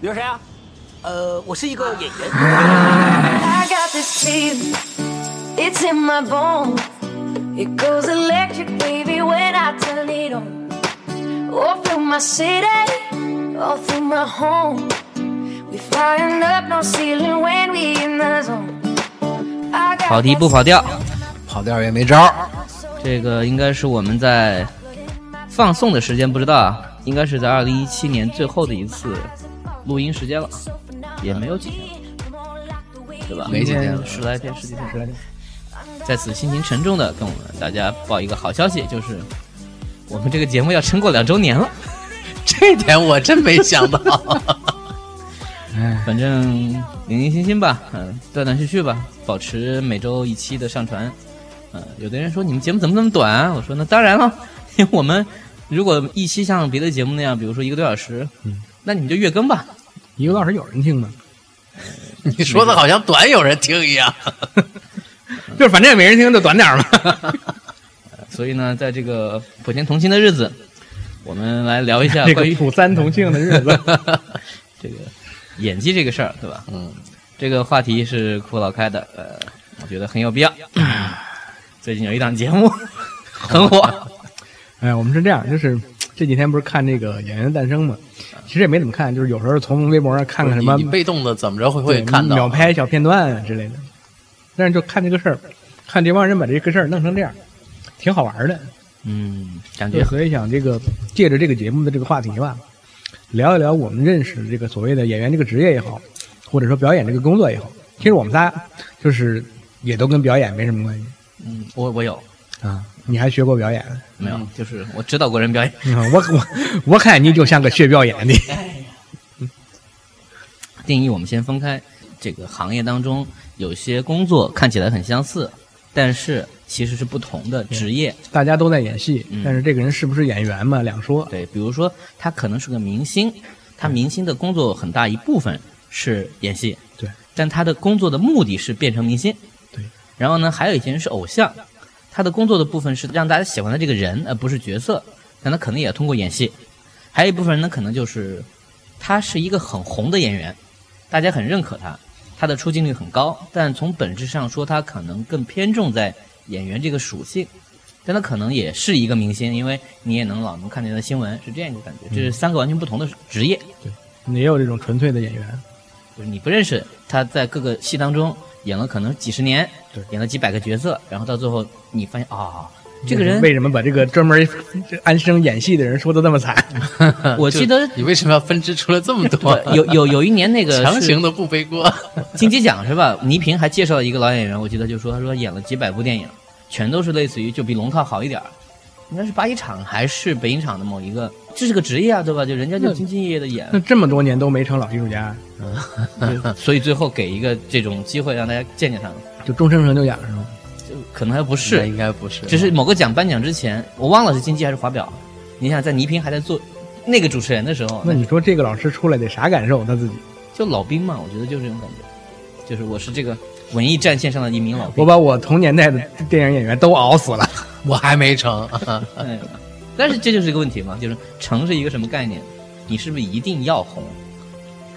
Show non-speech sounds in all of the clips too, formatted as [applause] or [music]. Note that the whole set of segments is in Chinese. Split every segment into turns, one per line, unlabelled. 你是谁啊？
呃，我是一个演员。
I got this feeling, it's in my bones. It goes electric, baby, when I turn it on. All through my city, all through my home. We flying up, no ceiling when we in the zone. I got
跑题不跑调，
跑调也没招儿。
这个应该是我们在放送的时间，不知道啊，应该是在二零一七年最后的一次录音时间了，也没有几天了，对吧？
没几天了
十来天，十几天，十来天。在此心情沉重的跟我们大家报一个好消息，就是我们这个节目要撑过两周年了。
这点我真没想
[laughs]
到。
反正零零星星吧，嗯、断断续续吧，保持每周一期的上传。嗯、有的人说你们节目怎么这么短啊？我说那当然了， [laughs] 因为我们如果一期像别的节目那样，比如说一个多小时，
嗯
那你们就月更吧。
一个多小时有人听吗？
你说的好像短有人听一样。
就是反正也没人听，就短点 [laughs] 儿嘛。
所以呢，在这个普天同庆的日子，我们来聊
[laughs]
一下
这个
关于
普三同庆的日子，
[laughs] 这个演技这个事儿，对吧？
嗯，
这个话题是酷老开的，呃，我觉得很有必要。 [coughs] 最近有一档节目很火，
[laughs] 哎，我们是这样，就是这几天不是看这个《演员的诞生》嘛，其实也没怎么看，就是有时候从微博上看看什么
你你被动的怎么着会
对
会看到
秒拍小片段啊之类的，但是就看这个事儿，看这帮人把这个事儿弄成这样，挺好玩的。
嗯，感
对
觉
所以想这个借着这个节目的这个话题吧，聊一聊我们认识的这个所谓的演员这个职业也好，或者说表演这个工作也好，其实我们仨就是也都跟表演没什么关系
嗯，我我有
啊。你还学过表演？
没有？就是我指导过人表演，
你嗯看我我我看你就像个学表演的，
定义我们先分开。这个行业当中，有些工作看起来很相似，但是其实是不同的职业。
大家都在演戏
嗯，
但是这个人是不是演员嘛，两说。
对，比如说他可能是个明星，他明星的工作很大一部分是演戏，
对，
但他的工作的目的是变成明星，
对。
然后呢，还有一些人是偶像，他的工作的部分是让大家喜欢的这个人，而不是角色，但他可能也通过演戏。还有一部分人呢，可能就是他是一个很红的演员，大家很认可他，他的出镜率很高，但从本质上说，他可能更偏重在演员这个属性。但他可能也是一个明星，因为你也能老能看见他的新闻，是这样一个感觉。这是三个完全不同的职业，
也有这种纯粹的演员，
就是你不认识他在各个戏当中演了可能几十年，
对
演了几百个角色，然后到最后你发现啊、这个
嗯为
人
什么把这个专门安生演戏的人说的那么惨？
我记
[laughs]
得
你为什么要分支出来这么
[laughs]
多？
有有有一年那个
强
是
行的不背锅。
金鸡奖是吧？倪萍还介绍了一个老演员，我记得就说他说演了几百部电影，全都是类似于就比龙套好一点儿。应该是八一厂还是北影厂的某一个，这是个职业啊，对吧？就人家就兢兢业业的演，
那这么多年都没成老艺术家，
所以最后给一个这种机会让大家见见他们，
就终身成就奖是吗？
可能还不
那
是，
应该不是，
只是某个奖颁奖之前，我忘了是金鸡还是华表。你想在倪萍还在做那个主持人的时候，
那你说这个老师出来得啥感受？他自己，
就老兵嘛，我觉得就是这种感觉，就是我是这个文艺战线上的一名老兵
我。把我同年代的电影演员都熬死了。 [laughs]
我还没成。
哎但是这就是一个问题嘛，就是成是一个什么概念？你是不是一定要红？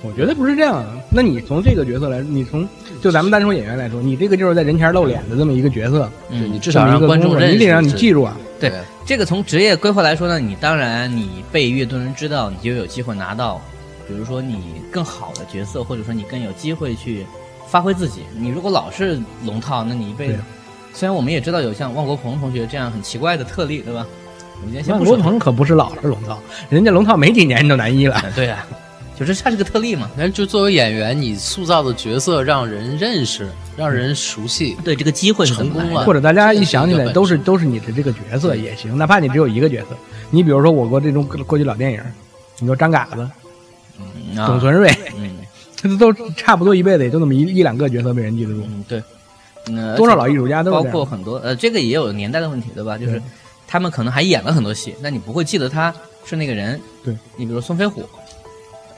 我觉得不是这样。那你从这个角色来，你从就咱们单说演员来说，你这个就是在人前露脸的这么一个角色，
嗯，
至少让
这么一个
观众
工作
认识
你得让你
这
记住啊。
对这个从职业规划来说呢，你当然你被越多人知道，你就有机会拿到，比如说你更好的角色，或者说你更有机会去发挥自己。你如果老是龙套，那你一辈子
对啊，
虽然我们也知道有像万国鹏同学这样很奇怪的特例，对吧？我们今天先
万
不
国
说，
鹏可不是老了龙套，人家龙套没几年就男一了。
对啊，就是他是个特例嘛。
但是就作为演员，你塑造的角色让人认识，让人熟悉，
对这个机会是怎么来
成功了
的？
或者大家一想起
这
来
个
都是都是你的这个角色也行，哪怕你只有一个角色。你比如说我国这种过去老电影，你说张嘎子、
嗯
董
啊，
存瑞，
嗯
这都差不多一辈子也就那么一一两个角色被人记得住。
嗯，对，嗯
多少老艺术家都
包
是这
括
样。
很多呃，这个也有年代的问题，对吧？就是
对
他们可能还演了很多戏，那你不会记得他是那个人。
对，
你比如宋飞虎，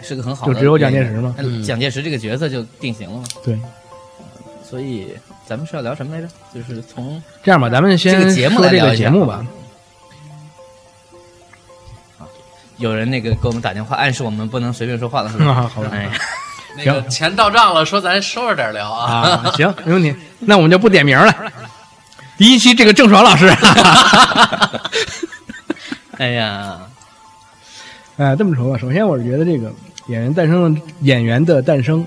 是个很好的，
就只有蒋介石嘛。
那
嗯
蒋介石这个角色就定型了嘛。
对，
所以咱们是要聊什么来着？就是从
这样吧，咱们
这
先
个节目
说
来
这
聊
个
一下
节目吧。
有人那个给我们打电话，暗示我们不能随便说话了，是吧？
啊 [laughs] ，好吧，
哎，
那个钱到账了，说咱收着点聊啊。
啊，行，没问题。那我们就不点名了。第一期这个郑爽老师，
[laughs] 哎呀，
哎，这么说吧，首先我是觉得这个演员诞生的演员的诞生，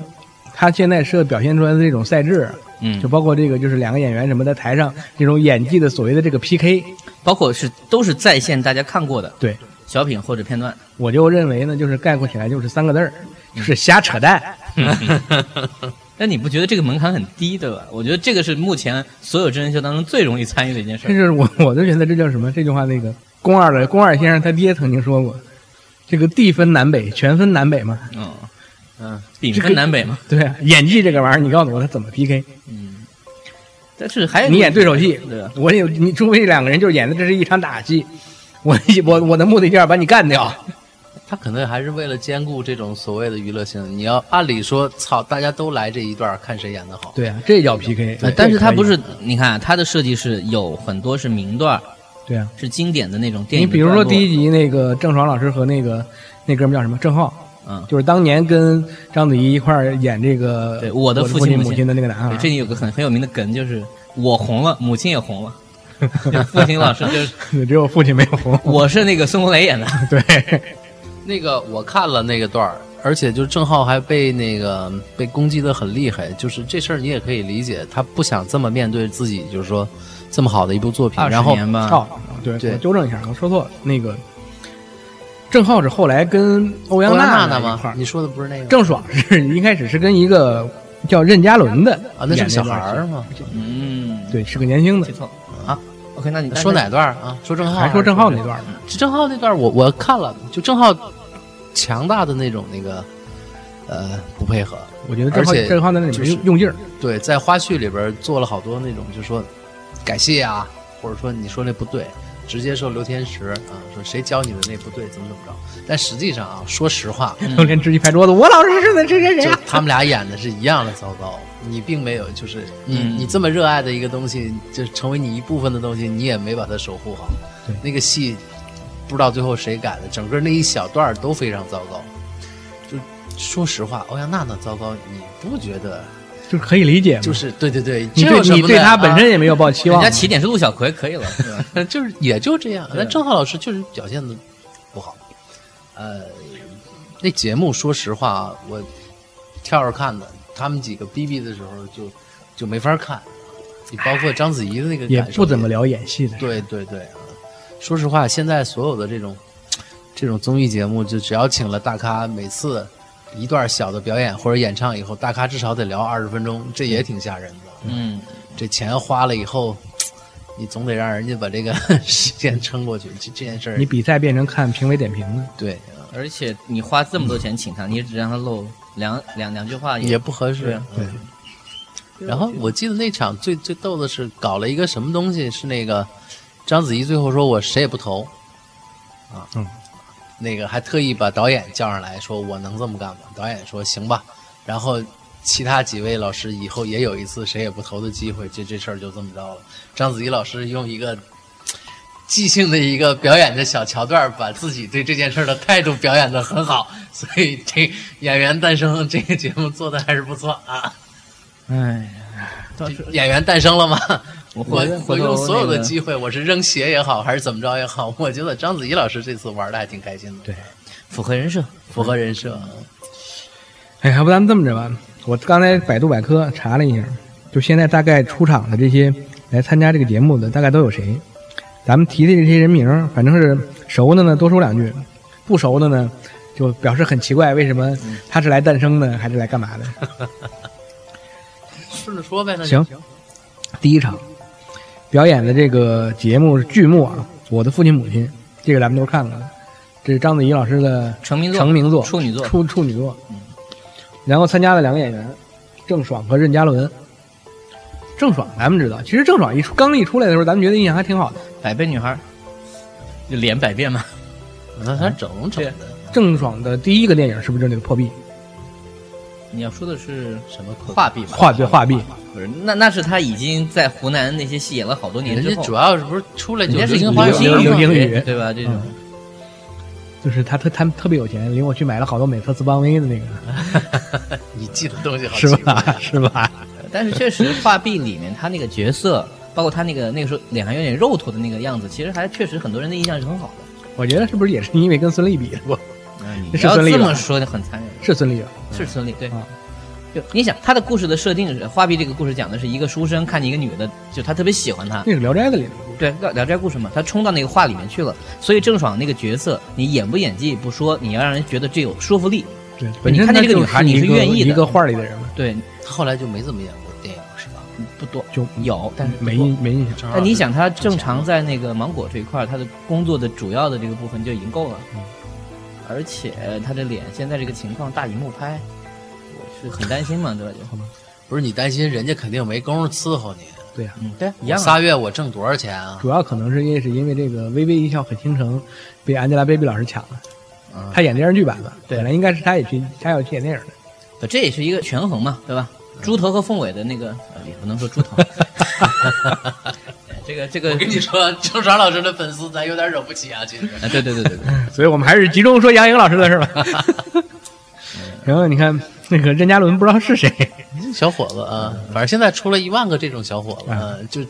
他现在是表现出来的这种赛制，
嗯
就，包括这个就是两个演员什么在台上这种演技的所谓的这个 PK，
包括是都是在线大家看过的
对
小品或者片段，
我就认为呢，就是概括起来就是三个字儿，就是瞎扯淡。
[laughs] 但你不觉得这个门槛很低，对吧？我觉得这个是目前所有真人秀当中最容易参与的一件事
这
儿。
就是我我就觉得这叫什么？这句话那个宫二的宫二先生他爹曾经说过，这个地分南北，全分南北嘛。
嗯嗯，丙
这个
分南北嘛。
对、啊，演技这个玩意儿，你告诉我他怎么 PK？
嗯，但是还有
你演对手戏
对吧？
我有你，除非两个人就是演的这是一场打戏，我我我的目的就是要把你干掉。
[laughs] 他可能还是为了兼顾这种所谓的娱乐性。你要按理说，操，大家都来这一段儿，看谁演的好。
对啊，这叫 PK
呃但是它不是，你看啊它的设计是有很多是名段儿，
对啊。
是经典的那种电
你
影的
比
段
如
落。
说第一集那个郑爽老师和那个那哥们儿叫什么郑浩，
嗯，
就是当年跟章子怡一块儿演这个
对
我
我的
父
父亲
母
母
亲
亲
的那啊个男孩
对
儿，
这里有个很很有名的梗，就是我红了，母亲也红了。就父亲老师
[laughs]
就是
只有父亲没有红。
我是那个孙红雷
[laughs]
演的，
对，
那个我看了那个段儿，而且就是郑浩还被那个被攻击的很厉害。就是这事儿你也可以理解，他不想这么面对自己，就是说这么好的一部作品，
二
然
十
后
年吧，
哦，对，
对
我纠正一下，我说错了。那个郑浩是后来跟欧阳
欧阳
娜
娜
一块
吗
儿？
你说的不是那个
郑爽 [laughs] 是一开始是跟一个叫任嘉伦的
啊？那是
演
个小
段
孩儿吗？啊
嗯，，
对，是个年轻的
记。错了啊。OK，那你
说哪段儿啊？说郑浩
还说郑浩那段儿呢，
就郑浩那段我我看了，就郑浩强大的那种那个呃不配合，
我觉得郑浩
而且
郑浩在那里
就
面
是
用用劲儿，
对，在花絮里边做了好多那种就说感谢啊，或者说你说那不对，直接说刘天石啊，说谁教你的那不对，怎么怎么着。但实际上啊，说实话，
就 [laughs] 连直接拍桌子，我老师是的谁谁谁
就
啊。
他们俩演的是一样的糟糕，你并没有就是你、
嗯
你这么热爱的一个东西，就成为你一部分的东西，你也没把它守护好。那个戏不知道最后谁改的，整个那一小段儿都非常糟糕。就说实话，哎欧阳娜娜糟糕，你不觉得？
就是可以理解嘛，
就是对对对，
嗯你
这
对
有什么
你对
的
他本身也没有抱期
人
望
家，起点是陆小葵，可以了，对吧？
啊就是也就这样。但郑浩老师确实表现的不好。呃，那节目说实话啊，我跳着看的，他们几个逼逼的时候就就没法看。你包括章子怡的那个
也
感受
不怎么聊演戏的。
对对对啊！说实话，现在所有的这种这种综艺节目，就只要请了大咖，每次一段小的表演或者演唱以后，大咖至少得聊二十分钟，这也挺吓人的。
嗯，
这钱花了以后，你总得让人家把这个 [laughs] 时间撑过去。这这件事儿
你，比赛变成看评委点评了，
对啊
而且你花这么多钱请他，你只让他露两两两句话
也不合适。
对
嗯然后我记得那场最最逗的是搞了一个什么东西，是那个章子怡最后说我谁也不投啊，
嗯
那个还特意把导演叫上来说我能这么干吗？导演说行吧，然后其他几位老师以后也有一次谁也不投的机会，这这事儿就这么着了。章子怡老师用一个。即兴的一个表演的小桥段儿，把自己对这件事儿的态度表演的很好，所以这《演员诞生》这个节目做的还是不错啊。
哎，
这演员诞生了吗？
我
我
回
我
回头
用所有
那
的
个
机会，我是扔鞋也好，还是怎么着也好， [laughs] 我觉得章子怡老师这次玩的还挺开心的，
对
符合人设，
符合人设。
哎，要不咱们这么着吧？我刚才百度百科查了一下，就现在大概出场的这些来参加这个节目的大概都有谁？咱们提的这些人名儿，反正是熟的呢多说两句，不熟的呢就表示很奇怪，为什么他是来诞生的，还是来干嘛的？
顺着说呗，那就
行，第一场表演的这个节目是剧目啊，《我的父亲母亲》，这个咱们都看了，这是章子怡老师的
成名作，
成名作
处女作，嗯
处处女座，然后参加了两个演员，郑爽和任嘉伦。郑爽咱们知道，其实郑爽一出刚一出来的时候，咱们觉得印象还挺好的。
百变女孩儿，就脸百变嘛。
那啊他整容整的
郑爽的第一个电影是不是就是那个破壁？
你要说的是
什么口
画壁吧？
画对画壁，
不是，那那是他已经在湖南那些戏演了好多年
人
之
家
后，
主要是不是出来就
人家是
流
流
行花
流
园
行
嘛
流行语
对吧？这种
就是他特他们特别有钱，领我去买了好多美特斯邦威的那
啊
个，
你记的东西好
是
奇怪
吧？ [laughs] 是吧？
但是确实，画壁里面他那个角色，包括他那个那个时候脸还有点肉头的那个样子，其实还确实很多人的印象是很好的。
我觉得是不是也是因为跟孙俪比的过？
嗯，你不
是
要
孙俪
这
吧
么说的很残忍。
是孙俪吧？
是孙俪，对
啊。
就你想，他的故事的设定是，画壁这个故事讲的是一个书生看见一个女的，就他特别喜欢她，
那是《聊斋》的里的。
对《聊聊斋故事》嘛，他冲到那个画里面去了。所以郑爽那个角色，你演不演技不说，你要让人觉得这有说服力。
对，
本身
她
她这个
就
女孩
一
你是愿意的
一个画里的人嘛，
对，
他后来就没怎么演过电影，是吧？
不多
就
有，但是不
没
多
印没印象。啊
正好
啊但你
是
想，他正常在那个芒果这一块儿，他的工作的主要的这个部分就已经够了，
嗯
而且他的脸现在这个情况，大荧幕拍，我是很担心嘛，对吧？就
不是你担心人家肯定没工夫伺候你，
对呀、
嗯，对，一
我
样啊。
仨月我挣多少钱啊？
主要可能是因为是因为这个《微微一笑很倾城》被 Angelababy 老师抢了
嗯，
她演电视剧版的，
对
本来应该是她也去，她要去演电影的。
对呃这也是一个权衡嘛，对吧？猪头和凤尾的那个，呃也不能说猪头， [laughs] 这个这个
[laughs] 我，跟你说， [laughs] 郑爽老师的粉丝咱有点惹不起啊，今天。
啊，对对对对对，
[laughs] 所以我们还是集中说杨颖老师的是吧？ [laughs] 然后你看那个任嘉伦不知道是谁，
小伙子啊，反正现在出了一万个这种小伙子，
嗯
啊，就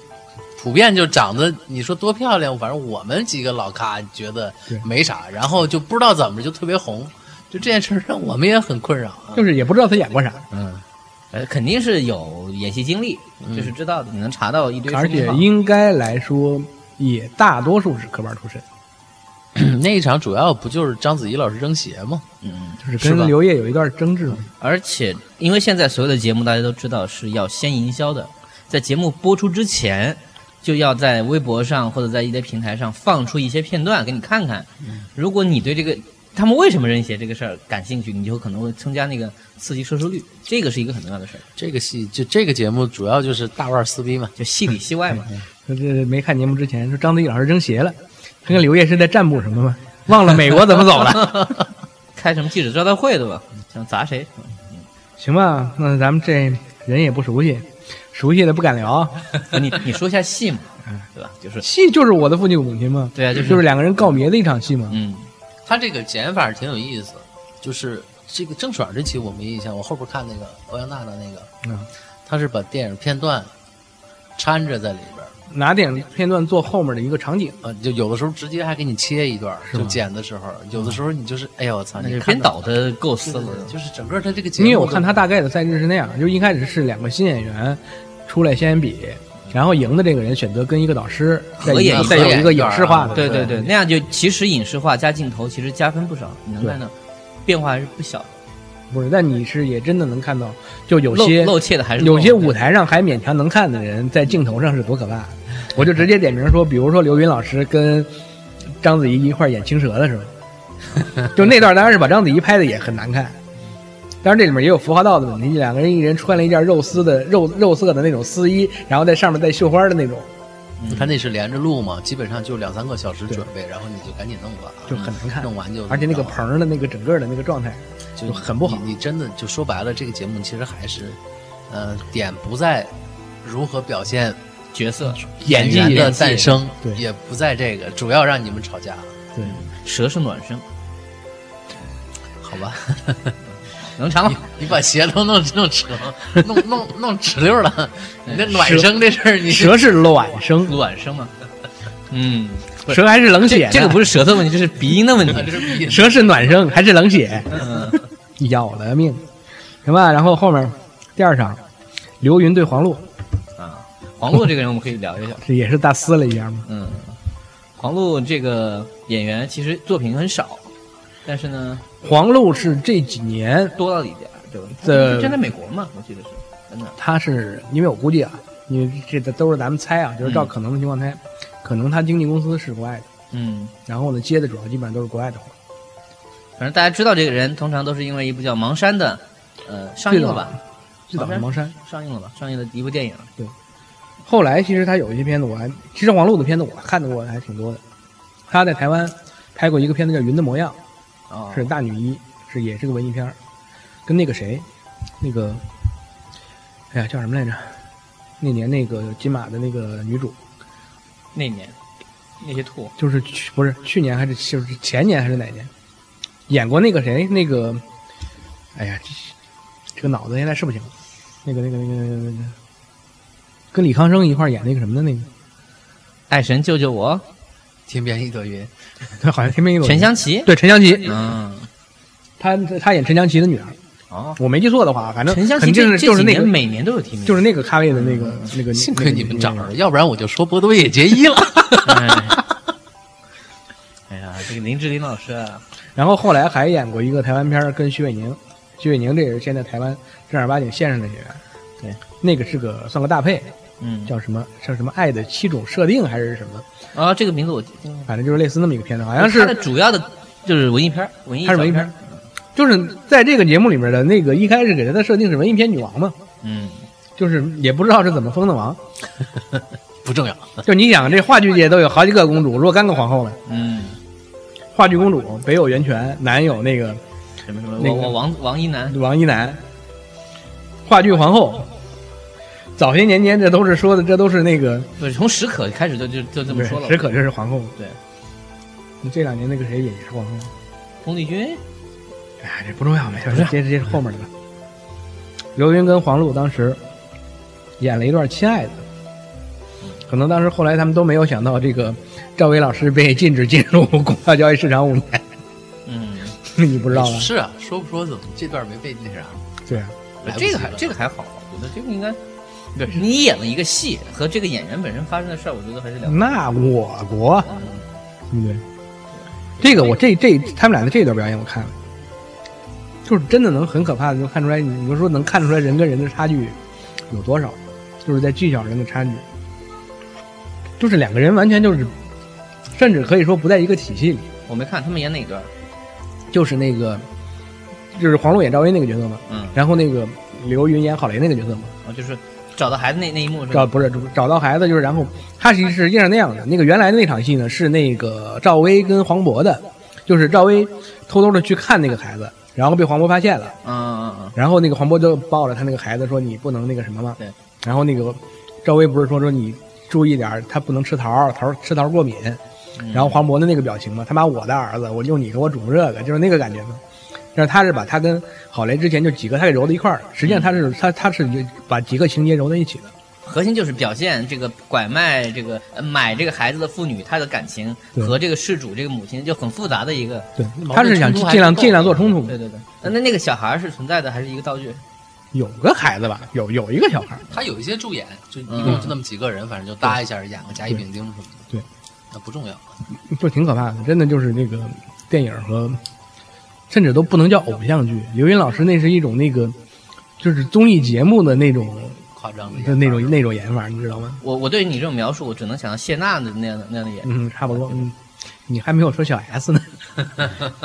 普遍就长得你说多漂亮，反正我们几个老咖觉得
对
没啥，然后就不知道怎么着就特别红，就这件事儿让我们也很困扰
[clears throat]
啊。
就是也不知道他演过啥，
嗯，
呃，肯定是有演戏经历，就是知道的，你能查到一堆书
而且
嘛
应该来说也大多数是科班出身，
那一场主要不就是章子怡老师扔鞋吗？
嗯，
就是
是吧
跟刘烨有一段争执嘛。
而且，因为现在所有的节目大家都知道是要先营销的，在节目播出之前，就要在微博上或者在一些平台上放出一些片段给你看看。如果你对这个他们为什么扔鞋这个事儿感兴趣，你就可能会增加那个刺激收视率，这个是一个很重要的事儿，
这个戏就这个节目主要就是大腕儿撕逼嘛，
就戏里戏外嘛。
说这没看节目之前，说章子怡老师扔鞋了，他跟刘烨是在占卜什么吗？忘了 [laughs] 美国怎么走了？
[laughs] 开什么记者招待会对吧？想砸谁？
行吧，那咱们这人也不熟悉，熟悉的不敢聊。
嗯你你说一下戏嘛，对吧？就是
戏就是我的父亲我母亲嘛，
对啊就是
就是两个人告别的一场戏嘛。 [laughs]
嗯，
他这个剪法挺有意思，就是这个郑爽这期我没印象，我后边看那个欧阳娜娜那个，
嗯，
他是把电影片段掺着在里边儿，
拿点片段做后面的一个场景，
呃，就有的时候直接还给你切一段儿，
是吗嗯
就剪的时候，有的时候你就是，哎呀，我操，
那
你
是
看
编
到
导的构
对
思
对
了。
对就是整个他这个节
因
目都，
为我看他大概的赛制是那样，就一开始是两个新演员出来先比，然后赢的这个人选择跟一个导师再
合演
有
一
再
合
有
演
一个
一段
影
儿
视化的，
对对
对
对，那样就其实影视化加镜头，其实加分不少，你能
对
看到变化还是不小的。
不是，但你是也真的能看到，就有
露
些
露怯的还是
有些
露的
舞台上还勉强能看的人，在镜头上是多可怕！我就直接点名说，比如说刘云老师跟章子怡一块儿演青蛇的时候，就那段当然是把章子怡拍的也很难看，当然这里面也有服化道的问题，两个人一人穿了一件肉丝的肉肉色的那种丝衣，然后在上面带绣花的那种，嗯
他那嗯是连着录嘛，基本上就两三个小时准备，然后你就赶紧弄吧，
就很难看
弄完就，
而且那个
哦
弄完
棚儿的那个整个的那个状态，
就
就很不好
你。你真的就说白了，这个节目其实还是，呃，点不在如何表现
角色，
演员的
演技
诞生，
对
也不在这个，主要让你们吵架，
对，
蛇是卵生，
好
[laughs]
吧？
能查吗？
你把鞋都弄弄折，弄弄弄直溜了，你那暖生这事儿，你
蛇是卵生，
卵生
[laughs]
吗？嗯，不是
蛇还是冷血
这
呢
这个不是舌头问题，这是鼻音的问
这
题。
[laughs]
是鼻音
蛇是暖生还是冷血？嗯要了命，行吧。然后后面第二场，刘云对黄璐，
啊，黄璐这个人我们可以聊一下。
这也是大撕了一下嘛。
嗯，黄璐这个演员其实作品很少，但是呢
黄璐是这几年，
多了一点儿，对吧？
这
他站在美国嘛，我记得是真的。
他是因为我估计啊，因为这都是咱们猜啊，就是照
嗯
可能的情况猜，可能他经纪公司是国外的，
嗯，
然后呢接的主要基本上都是国外的活。
反正大家知道这个人，通常都是因为一部叫《盲山》的，呃，上映了吧？
最早是
王
盲山，
上映了吧？上映的一部电影。
后来其实他有一些片子我还，其实黄璐的片子我看的过还挺多的。他在台湾拍过一个片子叫《云的模样》，
哦，
是大女一，是也是个文艺片儿，跟那个谁，那个，哎呀叫什么来着？那年那个金马的那个女主，
那年那些兔
就是去不是去年还是就是前年还是哪年？演过那个谁，那个，哎呀，这这个脑子现在是不行。那个那个那个那个那个，跟李康生一块儿演那个什么的那个，
爱神救救我，
天边一朵云，
他好像天边一朵云
陈，香琪，
对陈香琪，
嗯，
他他演陈香琪的女儿，
哦，
我没记错的话，反正
陈香琪
肯定
这
是就
这
是
几
那
年
个
每年都有提名，
就是那个咖位的那个那个，
幸
那
亏
个
你们
女
长
演员
儿，要不然我就说波多野结衣了。 [laughs]
哎。 [laughs] 哎呀，这个林志玲老师啊，
然后后来还演过一个台湾片儿，跟徐伟宁，徐伟宁这也是现在台湾正儿八经线上的演员，
对，
那个是个算个搭配，
嗯，
叫什么叫什么《爱的七种设定》还是什么，
啊，这个名字我听过，
反正就是类似那么一个片子，好像
它的
是
主要的就是文艺片儿，文艺
它是文艺
小
片儿，就是在这个节目里面的那个一开始给他的设定是文艺片女王嘛，
嗯，
就是也不知道是怎么封的王，
不重要，
就你想这话剧界都有好几个公主，若干个皇后了，
嗯，
话剧公主北有袁泉，南有那个
什么什么，
那个
我我王王一楠，
王一楠，话剧皇后。早些年间，这都是说的，这都是那个
不是从史可开始就就就这么说了，
史可就是皇后。
对，
这两年那个谁也是皇后。
佟丽君，
哎呀，这不重要，没事
不是，
这是这是后面的了。刘云跟黄璐当时演了一段《亲爱的》，
嗯
可能当时后来他们都没有想到，这个赵薇老师被禁止进入 [laughs] 股票交易市场五年，
嗯，
你不知道吧？
是啊，说不说怎么这段没被那啥？
对啊，
来不及
哎这个还
了
这个还好，我觉得这个应该，对你演了一个戏和这个演员本身发生的事儿，我觉得还是两个。啊
那我国对不对？这个我这这他们俩的这段表演我看了，就是真的能很可怕的能看出来，你你就说能看出来人跟人的差距有多少，就是在技巧上的差距，就是两个人完全就是，甚至可以说不在一个体系里，
我没看他们演哪段，
就是那个就是黄璐演赵薇那个角色嘛，
嗯，
然后那个刘云演郝蕾那个角色嘛，
哦，就是找到孩子那那一幕是
找
吧？
不是找到孩子就是，然后他其实实际上那样的，那个原来的那场戏呢是那个赵薇跟黄渤的，就是赵薇偷偷的去看那个孩子，然后被黄渤发现了，
嗯嗯嗯
然后那个黄渤就抱着他那个孩子说你不能那个什么嘛，
对，
然后那个赵薇不是说说你注意点儿，他不能吃桃，桃吃桃过敏，
嗯，
然后黄渤的那个表情嘛，他妈我的儿子，我用你给我煮这个，就是那个感觉嘛。但是他是把他跟郝蕾之前就几个他给揉到一块儿了，实际上他是他他是把几个情节揉在一起的。
核心就是表现这个拐卖这个呃买这个孩子的妇女，她的感情
对
和这个事主这个母亲就很复杂的一个。
对
矛，
他
盾
是想
冲突还
尽量
不够
尽量做冲突。
对对对，那那那个小孩是存在的，还是一个道具？
有个孩子吧，有有一个小孩儿，
他有一些助演，就一共就那么几个人，反正就搭一下，演个甲乙丙丁什么的。
对，
那不重要。
就挺可怕的，真的就是那个电影和，甚至都不能叫偶像剧。刘云老师那是一种那个，就是综艺节目的那种
夸张的
的那种那种演法，你知道吗？
我我对你这种描述，我只能想到谢娜的那样的那样的演。
嗯，差不多。嗯，你还没有说小 S 呢，
[laughs]
[laughs]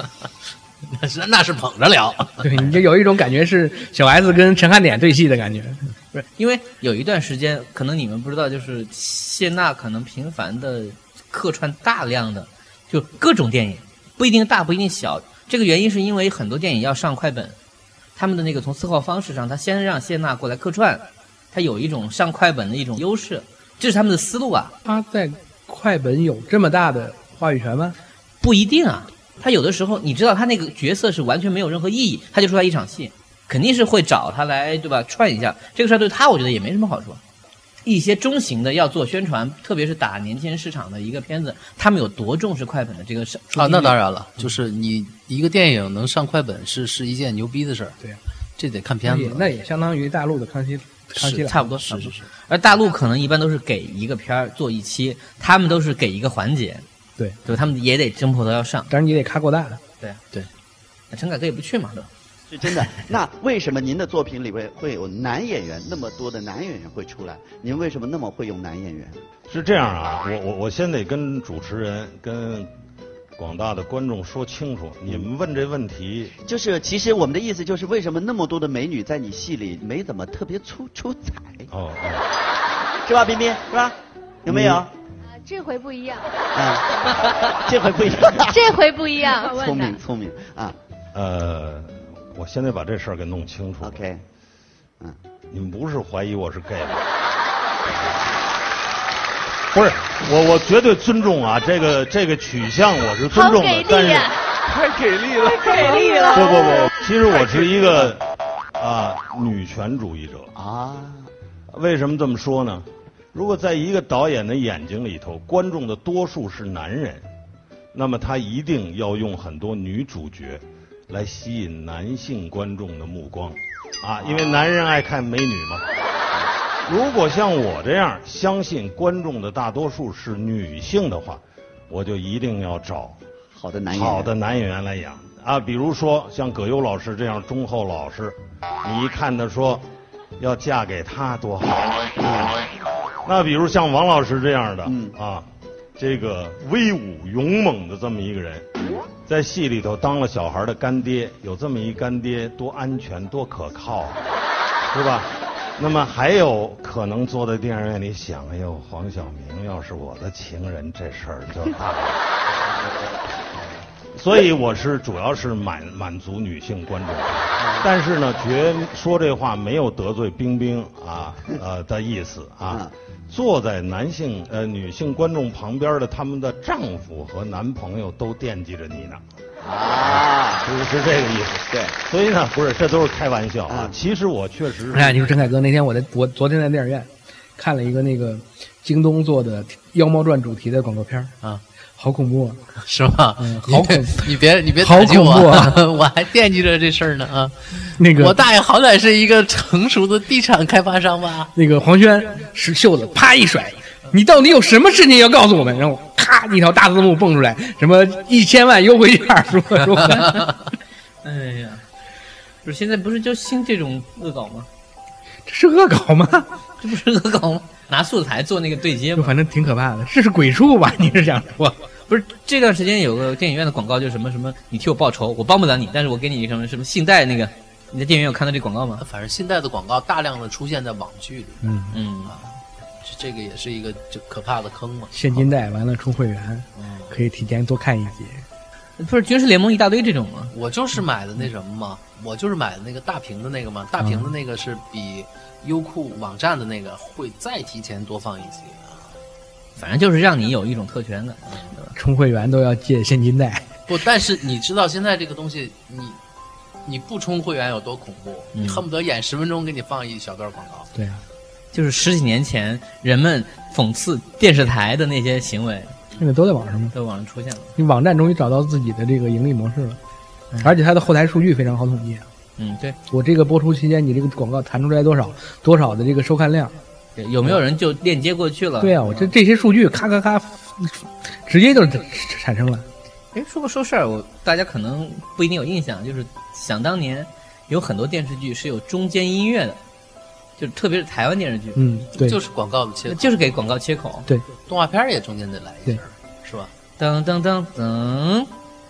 那是那是捧着聊，
对你就有一种感觉是小 S 跟陈汉典对戏的感觉。
不是，因为有一段时间，可能你们不知道，就是谢娜可能频繁的客串大量的，就各种电影，不一定大，不一定小。这个原因是因为很多电影要上快本，他们的那个从策划方式上，他先让谢娜过来客串，他有一种上快本的一种优势，这是他们的思路啊，
他在快本有这么大的话语权吗？
不一定啊。他有的时候，你知道他那个角色是完全没有任何意义，他就出来一场戏，肯定是会找他来，对吧？串一下这个事儿，对他我觉得也没什么好处。一些中型的要做宣传，特别是打年轻人市场的一个片子，他们有多重视快本的这个事
啊，那当
然，
然了，
嗯
就是你一个电影能上快本是是一件牛逼的事儿，
对呀
这得看片
那
子
也。那也相当于大陆的康熙康熙
是
来
差不多
是是是，
而大陆可能一般都是给一个片儿做一期，他们都是给一个环节，
对
对吧？他们也得争破头要上，
当然你得咖够大。
陈凯歌也不去嘛，对吧？
是真的。那为什么您的作品里边会有男演员那么多的男演员会出来？您为什么那么会用男演员？
是这样啊，我我我先得跟主持人、跟广大的观众说清楚，你们问这问题，
就是其实我们的意思就是，为什么那么多的美女在你戏里没怎么特别出出彩，
哦，哦
是吧，彬彬是吧？有没有？
啊，这回不一样，
嗯，这回不一样，
[laughs] 这回不一样。
聪明聪明啊。
呃，我先得把这事儿给弄清楚。
OK，嗯，
你们不是怀疑我是
[laughs]
gay 吧？不是，我我绝对尊重啊，这个这个取向我是尊重的
好给，
但是
力啊呀
太给力了，
不不不，其实我是一个啊女权主义者。
啊，
为什么这么说呢？如果在一个导演的眼睛里头，观众的多数是男人，那么他一定要用很多女主角来吸引男性观众的目光，啊，因为男人爱看美女嘛。如果像我这样相信观众的大多数是女性的话，我就一定要找
好的男演员，
好的男演员来演啊，比如说像葛优老师这样忠厚老实，你一看他说要嫁给他多好。啊那比如像王老师这样的、
嗯
啊，这个威武勇猛的这么一个人，在戏里头当了小孩的干爹，有这么一干爹多安全多可靠啊，是吧？那么还有可能坐在电影院里想，哎呦，黄晓明要是我的情人，这事儿就大了。所以我是主要是满满足女性观众，但是呢，绝说这话没有得罪冰冰啊呃的意思啊
嗯。
坐在男性呃女性观众旁边的他们的丈夫和男朋友都惦记着你呢，
啊，
是是这个意思。
对，
所以呢，不是这都是开玩笑啊
嗯。
其实我确实是
哎呀，你说陈凯歌那天我在我昨天在电影院看了一个那个京东做的《妖猫传》主题的广告片儿
啊，
好恐怖啊！
是吧？[laughs]
嗯好恐
你别你别
好
打击我，
恐怖啊
[laughs] 我还惦记着这事儿呢啊！
那个
我大爷好歹是一个成熟的地产开发商吧？
那个黄轩是袖子啪一甩，你到底有什么事情要告诉我们？然后咔一条大字幕蹦出来，什么一千万优惠券，如何如何？
哎呀，不是现在不是就兴这种恶搞吗？
这是恶搞吗？
这不是恶搞吗？拿素材做那个对接
就
吗？
反正挺可怕的，这是鬼畜吧？你是想说？
嗯
不是这段时间有个电影院的广告，就是什么什么，你替我报仇，我帮不了你，但是我给你什么什么信贷那个，你在电影院有看到这广告吗？
反正现在的广告大量的出现在网剧里，
嗯，
嗯，
这这个也是一个就可怕的坑嘛。
现金贷完了充会员，
嗯
可以提前多看一集。
不是军事联盟一大堆这种吗？
我就是买的那什么嘛，我就是买的那个大屏的那个嘛，大屏的
嗯
那个是比优酷网站的那个会再提前多放一集。
反正就是让你有一种特权的。
充会员都要借现金贷，
不，但是你知道现在这个东西，你你不充会员有多恐怖？
嗯
你恨不得演十分钟给你放一小段广告。
对啊，
就是十几年前人们讽刺电视台的那些行为，
现在都在网上嘛。
在网上出现了。
你网站终于找到自己的这个盈利模式了，而且它的后台数据非常好统计啊。
嗯，对，
我这个播出期间，你这个广告弹出来多少多少的这个收看量？
对有没有人就链接过去了？
对啊，我这这些数据咔咔咔，直接就产生了。
哎，说不说事儿，我大家可能不一定有印象，就是想当年有很多电视剧是有中间音乐的，就特别是台湾电视剧，
嗯，对，
就是广告的切口，
就是给广告切口，
动画片儿也中间得来一下儿，是吧？
噔噔噔噔，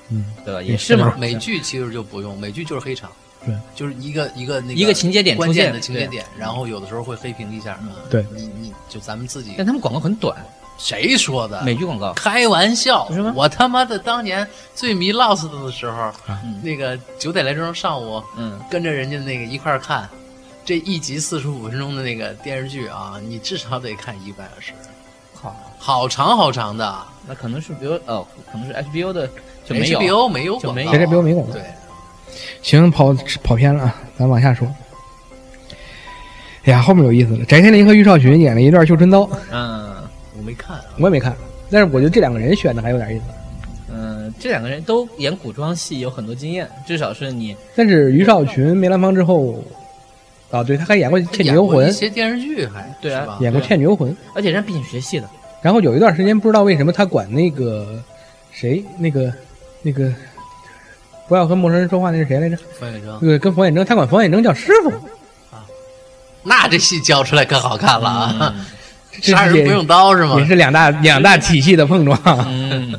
嗯，
对吧？
也
也是嘛，
美剧其实就不用，美剧就是黑场，
对，
就是一个一个那
一个情节点
关
出现
键的情节
对嗯
点，然后有的时候会黑屏一下啊。
对
你你就咱们自己
但他们广告很短，
谁说的？
美剧广告，
开玩笑
是吗，
我他妈的当年最迷 Lost 的时候，
嗯
那个九点来钟上午
嗯，
跟着人家那个一块儿看，这一集四十五分钟的那个电视剧啊，你至少得看一个半小时，
好，
好长好长的。哎
那可能是比如哦，可能是 HBO 的就没有
HBO 没有广
就
告，
没有
谁这标没广告？
对，
行，跑跑偏了啊，咱往下说。哎呀，后面有意思了。翟天临和俞少群演了一段《绣春刀》，
嗯
我没看啊。
我也没看，但是我觉得这两个人选的还有点意思。
嗯，这两个人都演古装戏，有很多经验，至少是你
但是俞少群梅兰芳之后，啊，对，他还演过《倩女幽
演过
魂
一》，些电视剧还
对啊
是吧
演过《倩女幽魂》。
而且人家毕竟学戏的，
然后有一段时间，不知道为什么他管那个谁，那个那个不要和陌生人说话，那是谁来着？
冯远征，
对，跟冯远征，他管冯远征叫师傅，
那这戏教出来可好看了
嗯
啊！[laughs]
这
杀
是
人不用刀是吗
也？是两大两大体系的碰撞。
嗯，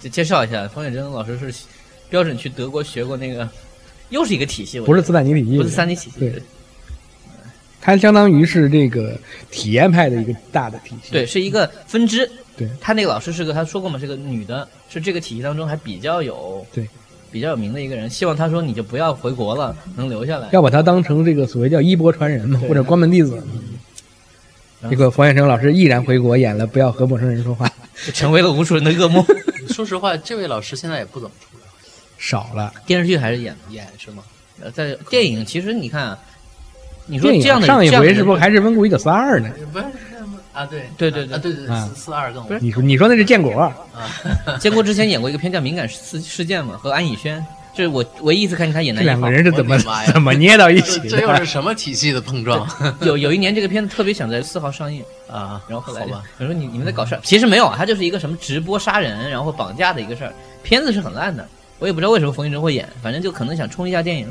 介嗯介绍一下，冯远征老师是标准去德国学过那个，又是一个体系，我
[laughs] 不是
觉
斯坦尼体
得
系，
不是三体体系，
对它相当于是这个体验派的一个大的体系。
对，，是一个分支。
嗯对
他那个老师是个，他说过嘛，是个女的，是这个体系当中还比较有
对
比较有名的一个人。希望他说你就不要回国了，能留下来。
要把它当成这个所谓叫衣钵传人嘛，或者关门弟子。
然后嗯
这个冯远征老师毅然回国演了《不要和陌生人说话》， [laughs]
就成为了无数人的噩梦。
说实话，这位老师现在也不怎么出来
少了。
电视剧还是演的
演是吗？
呃，在电影其实你看啊，你说
电
这样
影
的
上一
这样的
回
人
是不是还是温故一九四二呢？
不是啊，对
对对对嗯
啊对对
啊
四四二更
你你说那是建国，啊
建国之前演过一个片叫《敏感事事件》嘛，和安以轩，这是我唯一一次看见他演
这
男一
两个
号。
人是怎么
我的妈呀
[laughs] 怎么捏到一
这
[laughs]
起
这又
的
是？什么体系的碰撞
有有一年这个片子特别想在四号上映，
啊？
然后后来
好
[laughs]
吧，
我说你你们在搞事儿，其实没有啊，他就是一个什么直播杀人然后绑架的一个事儿，片子是很烂的，我也不知道为什么冯玉珍会演，反正就可能想冲一下电影。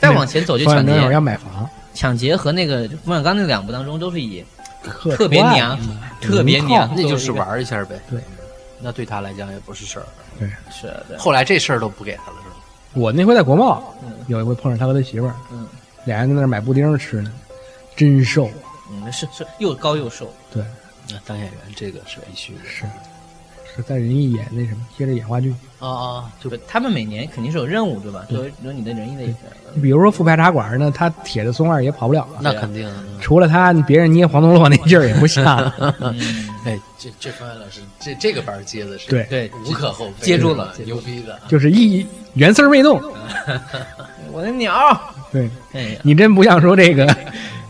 再往前走就
冯
抢
小刚
劫，
要买房，
抢劫和那个冯小刚那两部当中都是以
客
特别
串
娘，
嗯
特别娘，
[laughs] 那就
作
是
为一个。
玩一下呗。
对，
那对他来讲也不是事儿。
是的，
后来这事儿都不给他了，是吧？
我那回在国贸
嗯
有一回碰上他和他媳妇儿，
嗯
俩人在那儿买布丁吃呢，真瘦。
嗯，是是又高又瘦，
对，
那当演员这个是必须的。
是是在人艺演那什么，接着演话剧。
啊啊，就
就他们每年肯定是有任务对吧？作为有你的仁义的一个，
你比如说副排茶馆呢，他铁的松二爷跑不了了，
那肯定。嗯
除了他，别人捏黄铜锣那劲儿也不像。
[laughs] 嗯
哎，这这方面老师，这这个班儿接的是
对
对，
无可厚非，
接住了
牛逼的。
就是一原丝儿未动。
嗯我的鸟儿，
对
哎呀，
你真不像说这个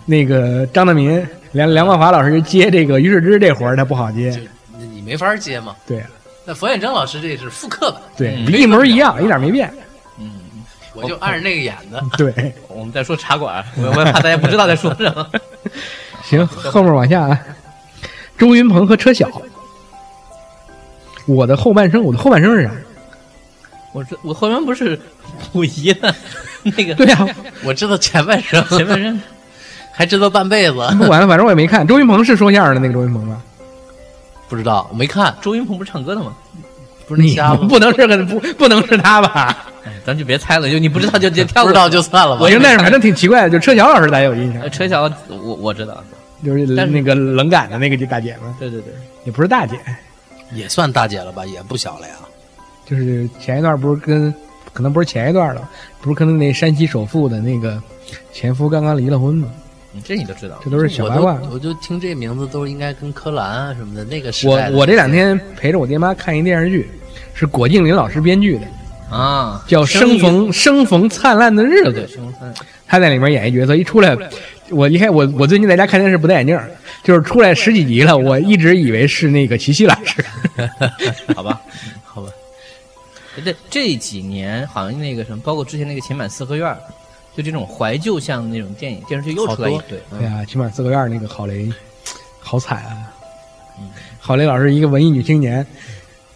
那个张德民、梁梁万华老师接这个于世之这活儿，他不好
就
接。
那你没法接嘛。
对啊
那冯远征老师这是复刻版，
对，
嗯
一模一样，一点没变。
嗯，
我就按着那个演的。
对，
我们在说茶馆， [laughs] 我我也怕大家不知道在说什么。 [laughs]
行，后面往下啊，周云鹏和车晓。我的后半生，我的后半生是啥？
我这我后面不是溥仪的那个
对呀、
我知道前半生，
前半生，
[laughs] 还知道半辈 [laughs] 子，
不管了，反正我也没看。周云鹏是说相声的那个周云鹏吧？
不知道，我没看，
周云鹏不是唱歌的吗？
不是那
你
瞎子，
不能是个不不能是他吧？
哎，咱就别猜了，就你不知道就直接跳过
不知。道就算了吧。
我就但是反正挺奇怪的，就车晓老师咱有印象
呃，车晓，我我知道，
就是
但是
那个冷感的那个大姐嘛，
对对对，
也不是大姐，
也算大姐了吧，也不小了呀。
就是前一段不是跟，可能不是前一段了，不是跟那山西首富的那个前夫刚刚离了婚嘛？
嗯这你都知道。
这都是小
我
八
都
卦。
我就听这名字都应该跟柯蓝啊什么的那个时
我
代的
我这两天陪着我爹妈看一电视剧，是果敬林老师编剧的，
啊，
叫《生
于
逢生逢灿烂的日
对
子
对，》，生逢
他在里面演一角色，一出来，我一开我我最近在家看电视不戴眼镜儿，就是出来十几集了，我一直以为是那个齐溪老
[laughs]
师。
[laughs] 好吧，
好吧，
这这几年好像那个什么，包括之前那个《情满四合院》，就这种怀旧向的那种电影电视剧又
好
出来一
多
堆。
哎呀，起码四合院儿那个郝雷，好惨啊！郝雷老师一个文艺女青年，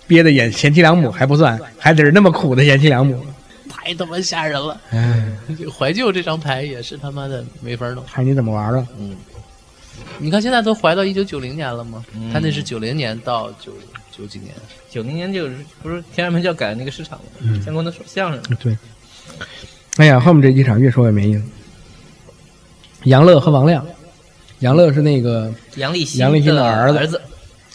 憋得演贤妻良母还不算，还得是那么苦的贤妻良母。
太他妈吓人了！
哎，
这怀旧这张牌也是他妈的没法弄。
看你怎么玩了。
嗯，你看现在都怀到一九九零年了吗？
嗯
他那是九零年到九九几年，
九零年就是不是天安门就要改那个市场嘛，
嗯
相关的说相声。
对，哎呀，后面这几场越说越没意思。杨乐和王亮，杨乐是那个
杨立新
杨立新的
的
儿子
儿子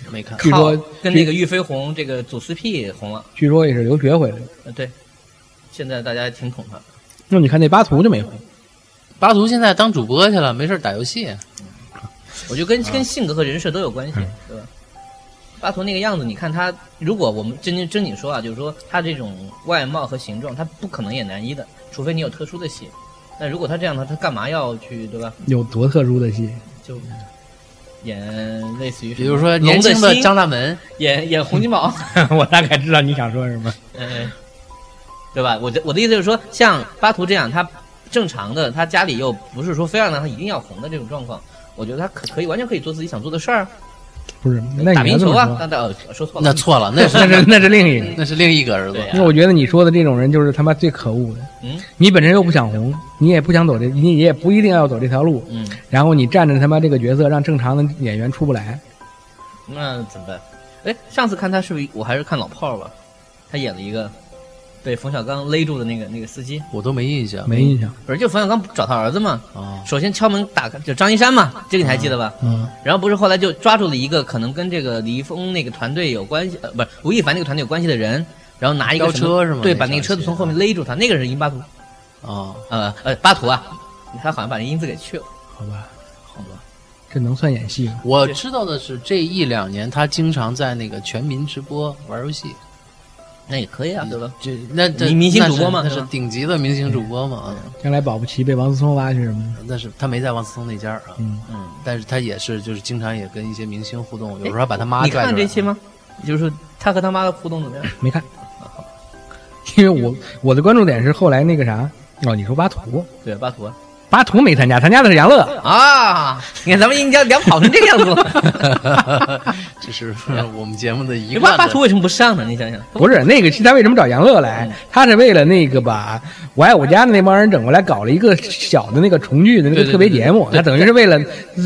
没看。
据
靠
说
跟那个俞飞鸿这个组 CP 红了，
据说也是留学回来的。
呃对，现在大家挺捧他的。
那你看那巴图就没回，
巴图现在当主播去了，没事儿打游戏。啊嗯
我觉得跟跟性格和人设都有关系，对吧？巴图那个样子，你看他，如果我们真真真你说啊，就是说他这种外貌和形状，他不可能演男一的，除非你有特殊的戏。那如果他这样的话，他干嘛要去对吧？
有多特殊的戏？
就演类似于什
比
么
如说
龙
年轻
的
的
心
张大门，
演演洪金
[laughs]
宝，
[laughs] 我大概知道你想说什么。
嗯，对吧？我的我的意思就是说，像巴图这样，他正常的，他家里又不是说非要让他一定要红的这种状况，我觉得他可可以完全可以做自己想做的事儿啊，
[laughs] 不是，那
打
你要
冰
这
球
么
啊，
[laughs] 说，
那那呃说错了，
那错了， [laughs] 那是
那是那是另一个。
那是另一个儿子
对。呀、
因为我觉得你说的这种人就是他妈最可恶的。
嗯，
你本身又不想红，你也不想走这，你也不一定要走这条路，
嗯，
然后你站着他妈这个角色，让正常的演员出不来。
那怎么办？哎，上次看他是不是我还是看老炮儿吧？他演了一个被冯小刚勒住的那个那个司机，
我都没印象，
没印象，
不是就冯小刚找他儿子嘛？
啊，
首先敲门打开就张一山嘛，这个你还记得吧？
嗯，
然后不是后来就抓住了一个可能跟这个李易峰那个团队有关系，呃，不是吴亦凡那个团队有关系的人，然后拿一个
飙
什么
车是吗
对，
那
把那个
场
车子
戏
从后面勒住他，那个人是殷巴图，
啊，
呃呃巴图啊，他好像把那音字给去了，
好吧，
好吧，
这能算演戏吗？
我知道的是这一两年他经常在那个全民直播玩游戏，
那也可以啊，对吧？
这那这
明明星
那
主播
是
嘛
那
对
是
吧嗯
顶级的明星主播嘛，啊
将来保不齐被王思聪挖去什么的。
但是他没在王思聪那家啊，
嗯
嗯，但是他也是就是经常也跟一些明星互动，有时候还把他妈
你
拽
看
出
了这
来。
期吗？就是他和他妈的互动怎
[laughs]
么样？[laughs]
没看，因为我我的关注点是后来那个啥哦，你说巴图，
对，巴图啊
巴图没参加，参加的是杨乐。
啊！你看咱们应该聊跑成这个样子了。
[laughs]
[laughs]
这是我们节目的一
你
贯
巴
的
巴图为什么不上呢？你想想，
不是那个期，他为什么找杨乐
嗯
来？他是为了那个把《我爱我家》的那帮人整过来，搞了一个小的那个重聚的那
对
个
对
特别节目，
对对
他等于是为了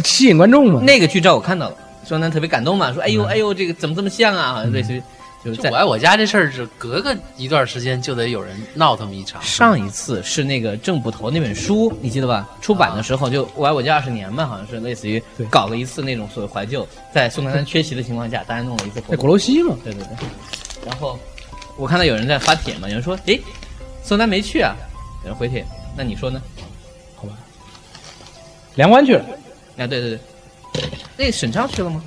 吸引观众嘛。
那个剧照我看到了，说那特别感动嘛，说哎呦哎呦，这个怎么这么像啊？类似于就是
嗯就
在
我爱我家这事儿，是隔个一段时间就得有人闹腾一场。
上一次是那个郑捕头那本书，你记得吧？出版的时候就我爱我家二十年嘛，好像是类似于
对
搞了一次那种所谓怀旧，在宋丹丹缺席的情况下，大家弄了一次活
那
动
鼓。楼西嘛，
对对对。然后我看到有人在发帖嘛，有人说：“诶，宋丹没去啊。”有人回帖，那你说呢？
梁欢去了，
啊，对对对，那沈畅去了吗？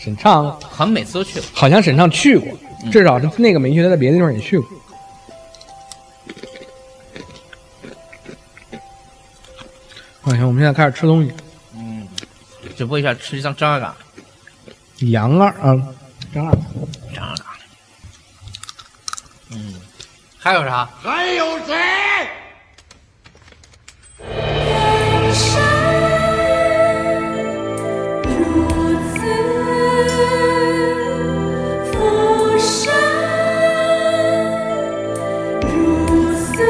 沈畅啊
好像每次都去了。
好像沈畅去过，至少他那个没去，他在别的地方也去过。我哎想我们现在开始吃东西，
嗯，直播一下吃一张张二嘎，
羊二啊，张二
张二嘎。嗯，
还有啥？
如此，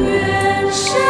远山。